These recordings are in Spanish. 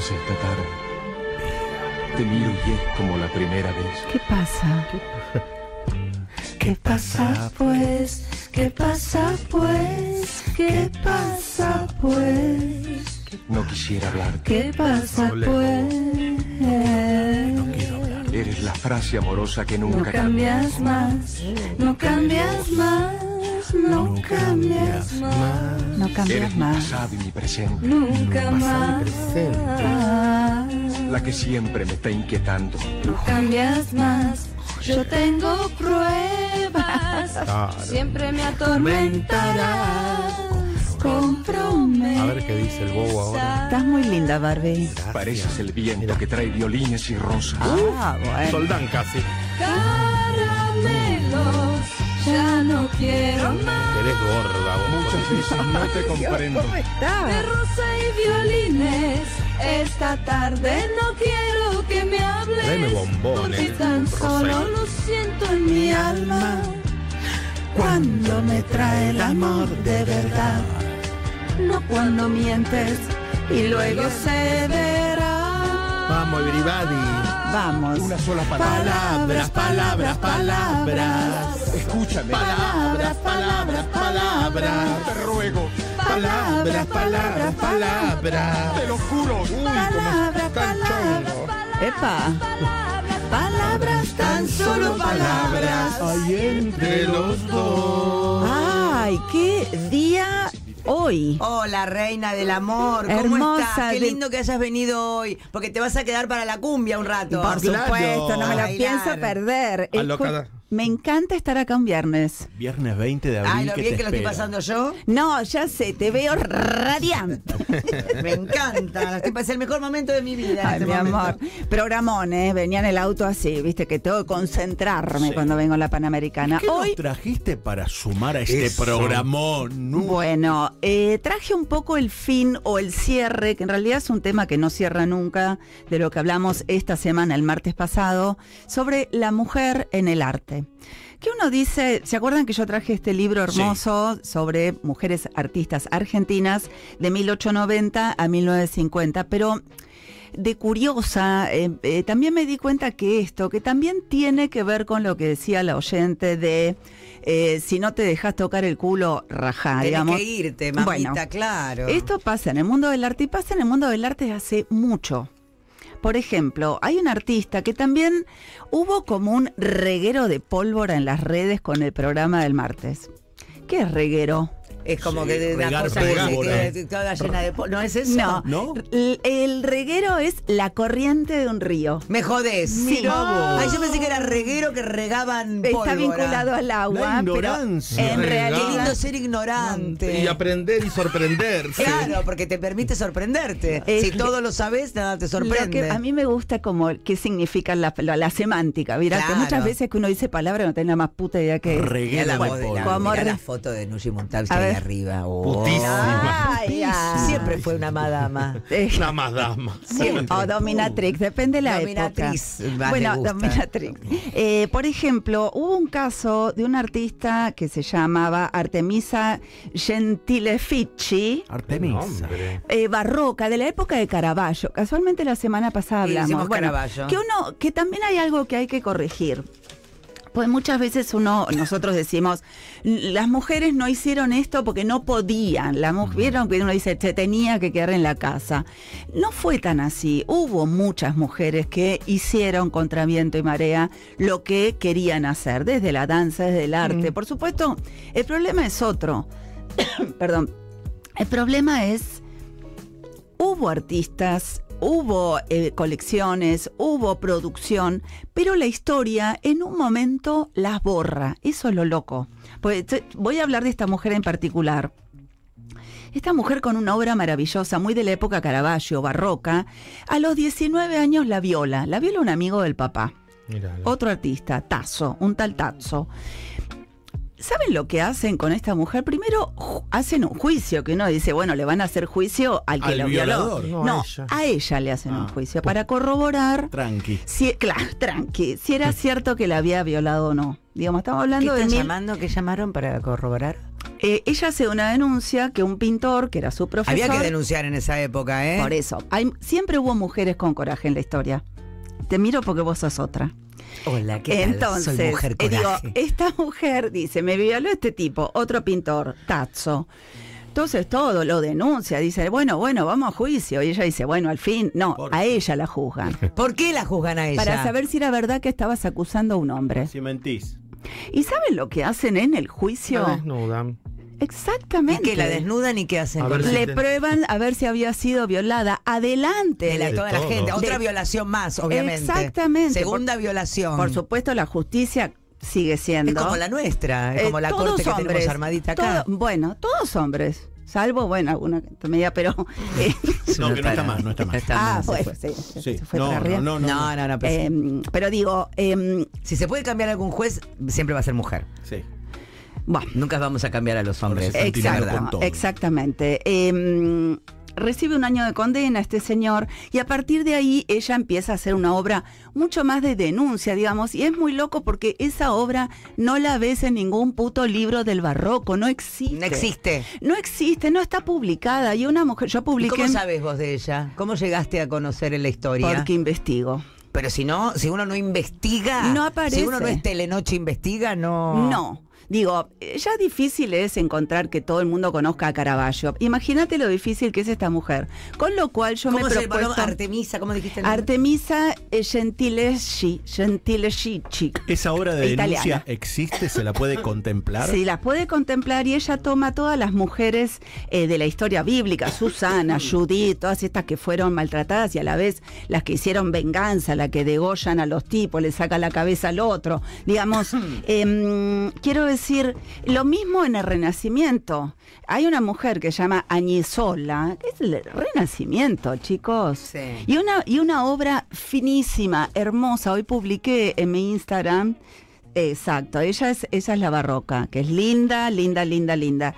se escaparon. Te miro y es como la primera vez. ¿Qué pasa? ¿Qué pasa pues? ¿Qué pasa pues? ¿Qué pasa pues? No quisiera hablarte. ¿Qué pasa pues? Eres la frase amorosa que No nunca cambias más, no cambias más, no cambias más, No Eres cambias mi más. pasado y mi presente. nunca Pasado más. y presente. La que siempre me está inquietando. No cambias más, yo tengo pruebas. Claro. Siempre me atormentarás con promesas. A ver qué dice el bobo ahora. Estás muy linda, Barbie. Gracias. Pareces el viento Mira. que trae violines y rosas. Ah, bueno. Soldán casi. Caramelos, ya no quiero más. Eres gorda, vos. Muchas veces no te comprendo. De estás? rosa y violines, esta tarde no quiero que me hables. Tráeme bombones, Porque tan rosa y- solo lo siento en mi alma. Cuando me trae el amor de verdad, no cuando mientes y luego se verá. Vamos, everybody. Vamos. Una sola palabra. Palabras, palabras, palabras. Escúchame. Palabras, palabras, Te palabras. ruego. Palabras, palabras, palabras. Te lo juro. Palabras, Tan palabras, chongo. Epa. palabras, palabras, tan solo palabras. Hay entre los dos. Ay, qué día hoy. Hola, Oh, reina del amor. ¿Cómo Hermosa estás? Qué de- lindo que hayas venido hoy. Porque te vas a quedar para la cumbia un rato. Por Claro. supuesto, no me lo Bailar. pienso perder. Alocada. Escu- Me encanta estar acá un viernes. Viernes 20 de abril. Ay, lo que bien te que lo estoy espera. pasando yo. No, ya sé, te veo radiante. Me encanta. Estoy- Es el mejor momento de mi vida. en Ay, este mi momento. amor. Programón, ¿eh? Venía en el auto así, viste, que tengo que concentrarme cuando vengo a la Panamericana. ¿Qué Hoy, nos trajiste para sumar a este Eso. programón? No. bueno, eh, traje un poco el fin o el cierre, que en realidad es un tema que no cierra nunca, de lo que hablamos esta semana, el martes pasado, sobre la mujer en el arte. Que uno dice, ¿se acuerdan que yo traje este libro hermoso sobre mujeres artistas argentinas de 1890 a 1950? Pero de curiosa, eh, eh, también me di cuenta que esto, que también tiene que ver con lo que decía la oyente de eh, si no te dejas tocar el culo, rajá, Tenés digamos. que irte, mamita, Bueno, claro. Esto pasa en el mundo del arte y pasa en el mundo del arte desde hace mucho. Por ejemplo, hay un artista que también hubo como un reguero de pólvora en las redes con el programa del martes. ¿Qué es reguero? es como Sí, que de una regar cosa que se pólvora. queda toda llena de pol- ¿No es eso? No. ¿No? L- El reguero es la corriente de un río. Me jodés. Sí. Mirá vos. Ay, yo pensé que era reguero que regaban Está pólvora. vinculado al agua. La ignorancia. Pero en Regalo. Qué realidad. lindo ser ignorante. Y aprender y sorprenderse. Claro, porque te permite sorprenderte. Es si que- todo lo sabes, nada te Lo sorprende. que a mí me gusta como qué significa la, la, la semántica, mira, que Claro. muchas veces que uno dice palabra no tiene la más puta idea que es. Mirá Reguero la, de voz de la, polvo. Como mirá re- la foto de Nushi Montalski A ahí ver. arriba. Oh. Putísima. Ay, ay. Siempre fue una madama. Eh, Nada más dama. O dominatrix, depende de la Dominatriz, época. más Bueno, le gusta. dominatrix. Eh, por ejemplo, hubo un caso de una artista que se llamaba Artemisa Gentilefici, Artemisa. Hombre. eh, barroca, de la época de Caravaggio. Casualmente la semana pasada Y decimos hablamos. Caravaggio. que uno, que también hay algo que hay que corregir. Pues muchas veces uno, nosotros decimos, las mujeres no hicieron esto porque no podían. La mujer, vieron que uno dice, se tenía que quedar en la casa. No fue tan así. Hubo muchas mujeres que hicieron contra viento y marea lo que querían hacer, desde la danza, desde el arte. Por supuesto, el problema es otro. Perdón. El problema es hubo artistas, hubo eh, colecciones, hubo producción, pero la historia en un momento las borra. Eso es lo loco. Pues, te- voy a hablar de esta mujer en particular. Esta mujer con una obra maravillosa, muy de la época Caravaggio, barroca, a los 19 años la viola. La viola un amigo del papá Mírala. otro artista, Tazo, un tal Tazo. ¿Saben lo que hacen con esta mujer? Primero ju- hacen un juicio, que uno dice, bueno, le van a hacer juicio al que Al lo violador. violó. No, No, a ella. a ella le hacen un Ah, juicio para corroborar Tranqui. si, claro, tranqui, si era cierto que la había violado o no. Digamos, estamos hablando de mil- llamando? ¿Qué llamaron para corroborar? Eh, ella hace una denuncia que un pintor, que era su profesor. Había que denunciar en esa época, ¿eh? Por e- eso. Hay- siempre hubo mujeres con coraje en la historia. Te miro porque vos sos otra. Hola, ¿qué tal? Entonces, Soy mujer eh, digo, coraje. esta mujer dice, me violó este tipo, otro pintor, Tazzo. Entonces todo lo denuncia, dice, bueno, bueno, vamos a juicio. Y ella dice, bueno, al fin, no, a ella la juzgan. ¿Por qué la juzgan a ella? Para saber si era verdad que estabas acusando a un hombre. Si mentís. ¿Y saben lo que hacen en el juicio? No, Dan. ¿Y Exactamente. que la desnudan y qué hacen? A con ver ella? Le prueban a ver si había sido violada. Adelante. de la, De toda la todo. gente. Otra De- violación más, obviamente. Exactamente. Segunda violación. Por supuesto, la justicia sigue siendo. Es como la nuestra, es Eh, como la todos corte que hombres, tenemos armadita acá. todo- bueno, todos hombres. Salvo, bueno, alguna media, pero. eh, No, que no está más, no está más. Está ah, mal, fue, se fue. sí, se- Sí. se fue No, para arriba. no, no, No, no, no, pero Eh, pero digo, eh, si se puede cambiar algún juez, siempre va a ser mujer. Sí. bueno, Nunca vamos a cambiar a los hombres. Están tirando con exacto, todo. exactamente. Eh, recibe un año de condena este señor y a partir de ahí ella empieza a hacer una obra mucho más de denuncia, digamos, y es muy loco porque esa obra no la ves en ningún puto libro del barroco, no existe. No existe. No existe, no está publicada. Y una mujer, yo ¿Y publiqué. cómo sabes vos de ella? ¿Cómo llegaste a conocer en la historia? Porque investigo. Pero si no, si uno no investiga, No aparece. si uno no es telenoche investiga, no. No. Digo, eh, ya difícil es encontrar que todo el mundo conozca a Caravaggio. Imagínate lo difícil que es esta mujer. Con lo cual yo ¿Cómo me se propuesto... llamaba? Artemisa, ¿cómo dijiste? el nombre? Artemisa eh, Gentileschi. Gentileschi. Esa obra de Italiana. denuncia existe, se la puede contemplar. Si las puede contemplar y ella toma todas las mujeres eh, de la historia bíblica, Susana, Judith, todas estas que fueron maltratadas y a la vez las que hicieron venganza, la que degollan a los tipos, le saca la cabeza al otro. Digamos, em, quiero decir, lo mismo en el Renacimiento. Hay una mujer que se llama Añezola, que es el Renacimiento, chicos. Sí. Y una, y una obra finísima, hermosa. Hoy publiqué en mi Instagram. Exacto, ella es, esa es la barroca, que es linda, linda, linda, linda.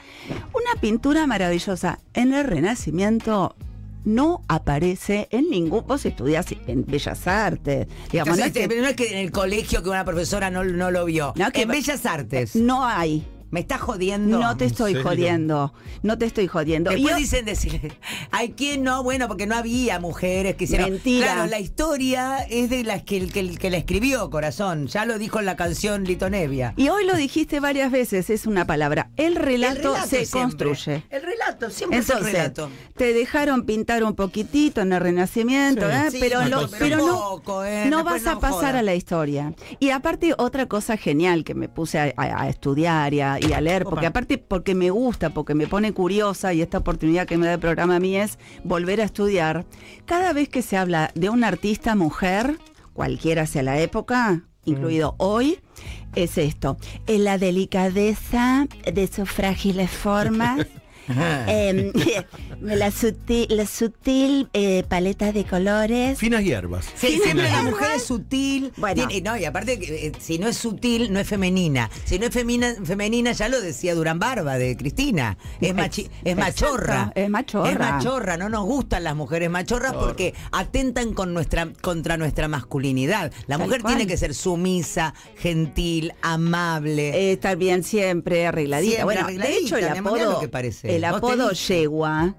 Una pintura maravillosa. En el Renacimiento no aparece en ningún. Vos estudias en Bellas Artes. Digamos, no, Entonces, es que- pero no es que en el colegio que una profesora no, no lo vio. No, que- en Bellas Artes. no hay. Me está jodiendo. No, te estoy serio? jodiendo. No te estoy jodiendo. Y Después yo- dicen decir, hay quien no, bueno, porque no había mujeres que hicieron. Mentira. Claro, la historia es de las que, el que, el que la escribió, corazón. Ya lo dijo en la canción Litonevia. y hoy lo dijiste varias veces, es una palabra. El relato, se construye. El relato, siempre es el Entonces, relato. te dejaron pintar un poquitito en el Renacimiento, ¿eh? Sí, pero, una lo- cosa. pero Un no, poco, ¿eh? no Después vas a no pasar joda. a la historia. Y aparte, otra cosa genial que me puse a, a- a estudiar y a, y a leer, porque Opa. aparte, porque me gusta, porque me pone curiosa y esta oportunidad que me da el programa a mí es volver a estudiar. Cada vez que se habla de una artista mujer, cualquiera sea la época, incluido hoy, es esto, en la delicadeza de sus frágiles formas, em, la sutil, la sutil eh, paleta de colores. Finas hierbas. Sí, ¿Quién siempre es la Bergman? mujer es sutil. Bueno. Tiene- no, y aparte, que, eh, si no es sutil, no es femenina. Si no es femina- femenina, ya lo decía Durán Barba de Cristina. Es, machi- Ex- es exacto, machorra. es machorra. Es machorra. No nos gustan las mujeres machorras porque atentan con nuestra, contra nuestra masculinidad. La Tal mujer cual. tiene que ser sumisa, gentil, amable. Eh, Está bien siempre arregladita. Siempre bueno, arregladita, de hecho el mi amor, mirá apodo, lo que parece. el Vos te apodo dije. yegua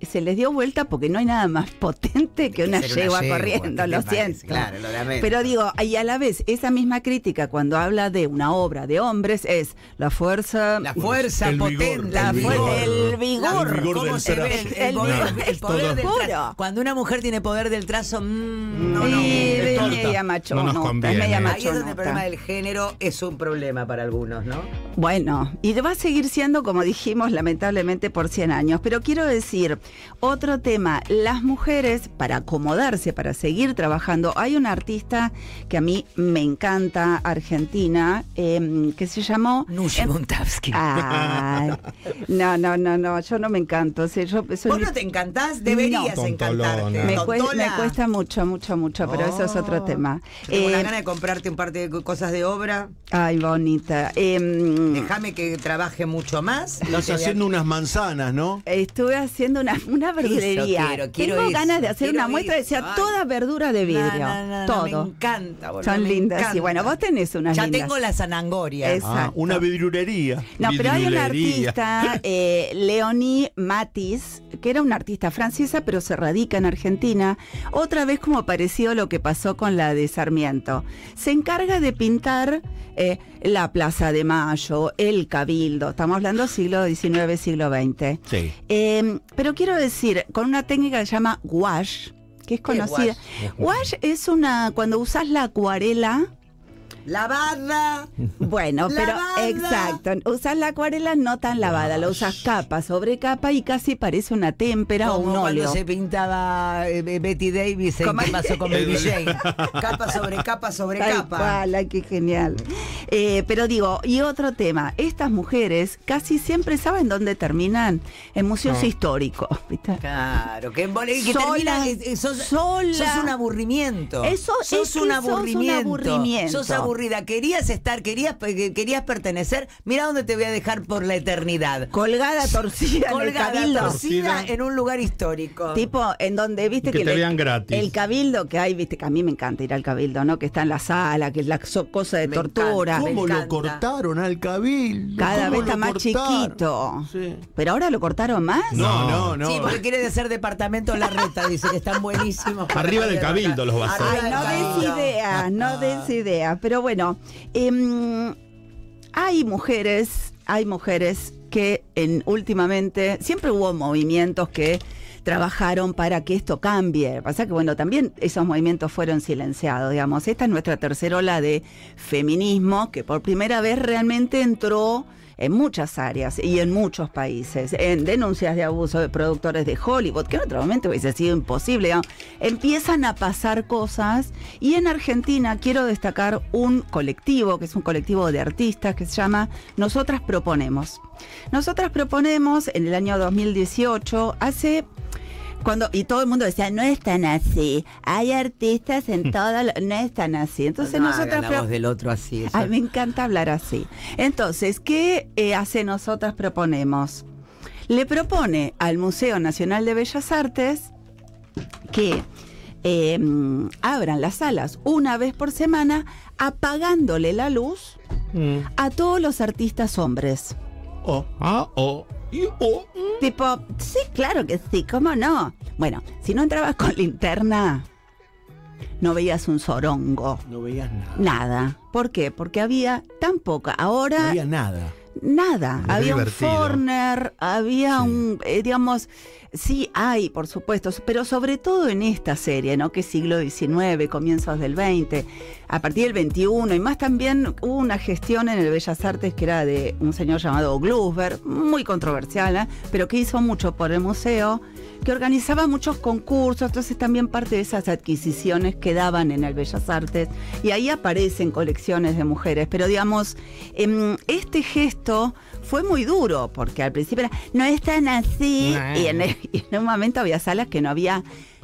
se les dio vuelta porque no hay nada más potente que una ser una yegua yegua, corriendo, ¿qué lo te parece? siento. Claro, lo lamento. Pero digo, y a la vez, esa misma crítica cuando habla de una obra de hombres es la fuerza, la fuerza el vigor, potente. la el fuer- vigor. el vigor. El vigor ¿Cómo del se ve? trazo. El, el poder, No, el es poder todo. del trazo. Juro. Cuando una mujer tiene poder del trazo, mm, no, y no. de torta. media macho, No nos nota, es conviene. media Ahí Ahí es donde machonota. el problema del género es un problema para algunos, ¿no? Bueno, y va a seguir siendo, como dijimos, lamentablemente por 100 años. Pero quiero decir, otro tema, las mujeres, para acomodarse, para seguir trabajando, hay una artista que a mí me encanta, argentina, em, que se llamó... Nushi Montavsky. Ah, Ay, no, no, no, no, yo no me encanto. o sea, yo soy Vos mi- no te encantás, deberías No. encantarte. Tontolona. me, cuesta, me Tontola. cuesta mucho, mucho, mucho, pero eso es otro otro tema. Yo Oh. Tengo Eh, una gana de comprarte un par de co- cosas de obra. Ay, bonita. Em, Déjame que trabaje mucho más. Estás Y te- haciendo unas manzanas, ¿no? Estuve haciendo una, una verdulería. quiero, quiero Tengo eso, ganas de hacer quiero una muestra que eso, sea ay. toda verdura de vidrio. No, no, no, no, todo. me encanta, boludo, Son me lindas. encanta. Sí, bueno, vos tenés unas Ya lindas. tengo la zanangoria. Es- Ah, Exacto. una vidrurería. No, pero hay una Vidrilería. artista, eh, Leonie Matis, que era una artista francesa, pero se radica en Argentina. Otra vez como parecido a lo que pasó con la de Sarmiento. Se encarga de pintar eh, la Plaza de Mayo, el Cabildo. Estamos hablando siglo XIX, siglo XX. Sí. Eh, pero quiero decir, con una técnica que se llama wash, que es conocida. Wash es una, cuando usas la acuarela, Lavada. bueno, Lavada. pero exacto, usas la acuarela no tan lavada, la usas capa sobre capa y casi parece una témpera o como un cuando óleo. se pintaba eh, eh, Betty Davis en Como- qué pasó con Baby Jane. capa sobre capa sobre Tal capa. cual, ay, qué genial. Eh, pero digo, y otro tema, estas mujeres casi siempre saben dónde terminan, en museos históricos. ¿viste? Claro, que, embole- que Sola, termina, eh, eh, sos, sola. sos un aburrimiento. Eso es sos que un sos un aburrimiento. aburrimiento. Sos aburrida, querías estar, querías eh, querías pertenecer. Mira dónde te voy a dejar por la eternidad. Colgada, torcida, en el Colgada, cabildo. torcida Torcida. en un lugar histórico. Tipo, en donde, viste Que te le- vean gratis. El cabildo que hay, viste, que a mí me encanta ir al cabildo, ¿no? Que está en la sala, que es la so- cosa de Me tortura. encanta. ¿Cómo me lo cortaron al cabildo? Cada ¿Cómo vez está lo más cortaron? chiquito. Sí. Pero ahora lo cortaron más. No, no, no. Sí, porque quiere hacer departamento la reta, dice que están buenísimos. para Arriba del cambiar acá. cabildo los va a hacer. Arriba Ay, no del des cabildo. ideas, no des ideas. Pero bueno, em, hay mujeres, hay mujeres que en últimamente siempre hubo movimientos que trabajaron para que esto cambie. Pasa que bueno, también esos movimientos fueron silenciados, digamos. Esta es nuestra tercera ola de feminismo que por primera vez realmente entró en muchas áreas y en muchos países, en denuncias de abuso de productores de Hollywood, que en otro momento hubiese sido imposible. digamos. Empiezan a pasar cosas y en Argentina quiero destacar un colectivo, que es un colectivo de artistas que se llama Nosotras Proponemos. Nosotras Proponemos en el año 2018 hace cuando y todo el mundo decía no es tan así hay artistas en todo lo- no es tan así entonces No hagan nosotras la pro- voz del otro así. eso. Ay, me encanta hablar así. Entonces, ¿qué eh, hace nosotras proponemos? Le propone al Museo Nacional de Bellas Artes que eh, abran las salas una vez por semana apagándole la luz Mm. a todos los artistas hombres. O, ah, o, y o. Tipo, sí, claro que sí, ¿cómo no? Bueno, si no entrabas con linterna, no veías un sorongo, No veías nada. nada. ¿Por qué? Porque había tan poca. Ahora... No veías nada. Nada, Muy había divertido. un Forner, había un, eh, digamos, sí hay, por supuesto, pero sobre todo en esta serie, ¿no? Que es siglo XIX, comienzos del XX, a partir del XXI, y más también hubo una gestión en el Bellas Artes que era de un señor llamado Glusberg, muy controversial, ¿eh? pero que hizo mucho por el museo, que organizaba muchos concursos, entonces también parte de esas adquisiciones quedaban en el Bellas Artes, y ahí aparecen colecciones de mujeres, pero digamos, em, este gesto fue muy duro, porque al principio era, no es tan así, y, en, y en un momento había salas que no había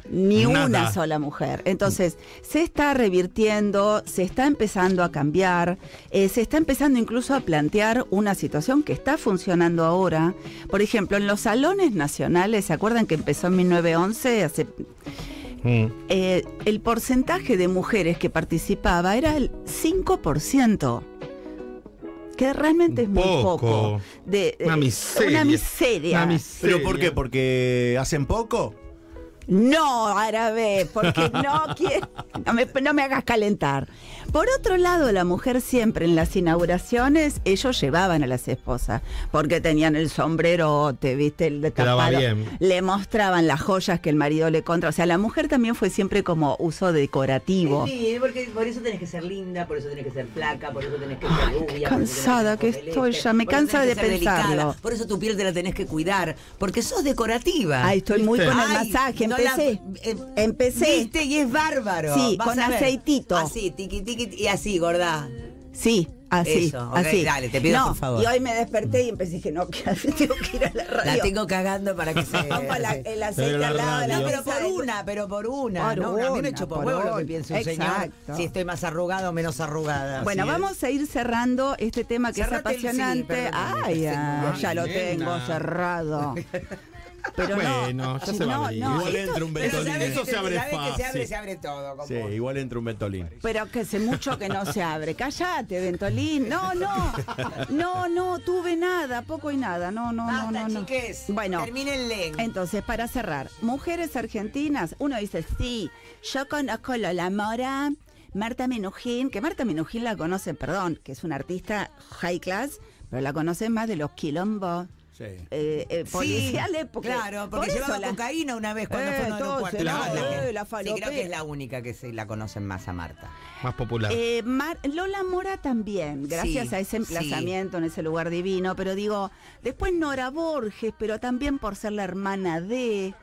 ni Nada. una sola mujer. Entonces, se está revirtiendo, se está empezando a cambiar, eh, se está empezando incluso a plantear una situación que está funcionando ahora. Por ejemplo, en los salones nacionales, ¿se acuerdan que empezó en 1911? Hace Mm. eh, el porcentaje de mujeres que participaba era el 5%, que realmente es muy poco. Poco. De, Una eh, miseria. Una miseria. Una miseria. ¿Pero por qué? ¿Porque hacen poco? No, árabe, porque no quiero. No me, no me hagas calentar. Por otro lado, la mujer siempre en las inauguraciones, ellos llevaban a las esposas, porque tenían el sombrerote, viste, el Quedaba destapado. bien. Le mostraban las joyas que el marido le contra. O sea, la mujer también fue siempre como uso decorativo. Sí, porque por eso tenés que ser linda, por eso tenés que ser placa, por eso tenés que ser rubia. por eso tenés cansada ser que con estoy celeste, ya, me por eso cansa tenés que de ser delicada, pensarlo. por eso tu piel te la tenés que cuidar, porque sos Ay, decorativa. Ah, estoy muy ¿Viste? con el Ay, masaje. no la- Empecé. eh, Empecé. Viste, y es bárbaro. Sí, Vas con a ver. aceitito. Así, tiqui, tiqui, y así, gorda. Sí, Así, Eso, ok, así. dale, te pido No, por favor. Y hoy me desperté y empecé dije, no, que tengo que ir a la radio. La tengo cagando para que se. Pongo la- el aceite la al lado de la No, pero mesa por de- una, pero por una. Por ¿no? a mí me una, chupa por huevo lo que una. piense un Exacto. señor. Si estoy más arrugada o menos arrugada. Bueno, Así es. vamos a ir cerrando este tema que Cerrate el- es sí, apasionante. perdón, Ay, sí. ah, ya Ay, lo nena. tengo cerrado. Pero no, Bueno, ya se va a no, abrir. no, Igual esto- entra un Pero ventolín. sabes Eso que se abre sabes que se abre, fácil. se abre todo. como- Sí, igual entra un ventolín. Pero que hace mucho que no se abre. Cállate, Ventolín. No, no. No, no, tuve nada, poco y nada. No, no, no, Basta, no, no. chiques. Bueno, Termínenle. entonces, para cerrar, mujeres argentinas, uno dice, sí, yo conozco Lola Mora, Marta Menujín, que Marta Menujín la conocen, perdón, que es una artista high class, pero la conocen más de los quilombos. Sí. eh, eh, policiales, porque, claro, porque por llevaba eso la- cocaína una vez cuando Eh, fue a un aeropuerto. entonces, no, que- eh, la sí, creo falopera. que es la única que se la conocen más a Marta. Más popular. Eh, Mar- Lola Mora también, gracias Sí, a ese sí. emplazamiento en ese lugar divino, pero digo, después Nora Borges, pero también por ser la hermana de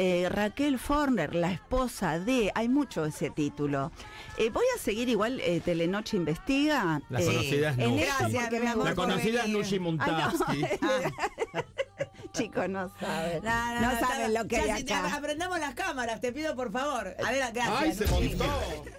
eh, Raquel Forner, la esposa de, hay mucho ese título. Eh, voy a seguir igual eh, Telenoche Investiga. La eh, conocida es en Nushi. eso, Gracias, porque mi me amor, La voy por conocida es venir. Ah, Nushi Muntaski. Chicos, no saben. No, saben lo que hay Ya, si- acá. Aprendamos las cámaras, te pido por favor. A ver, gracias. ¡Ay, se Nushi. montó!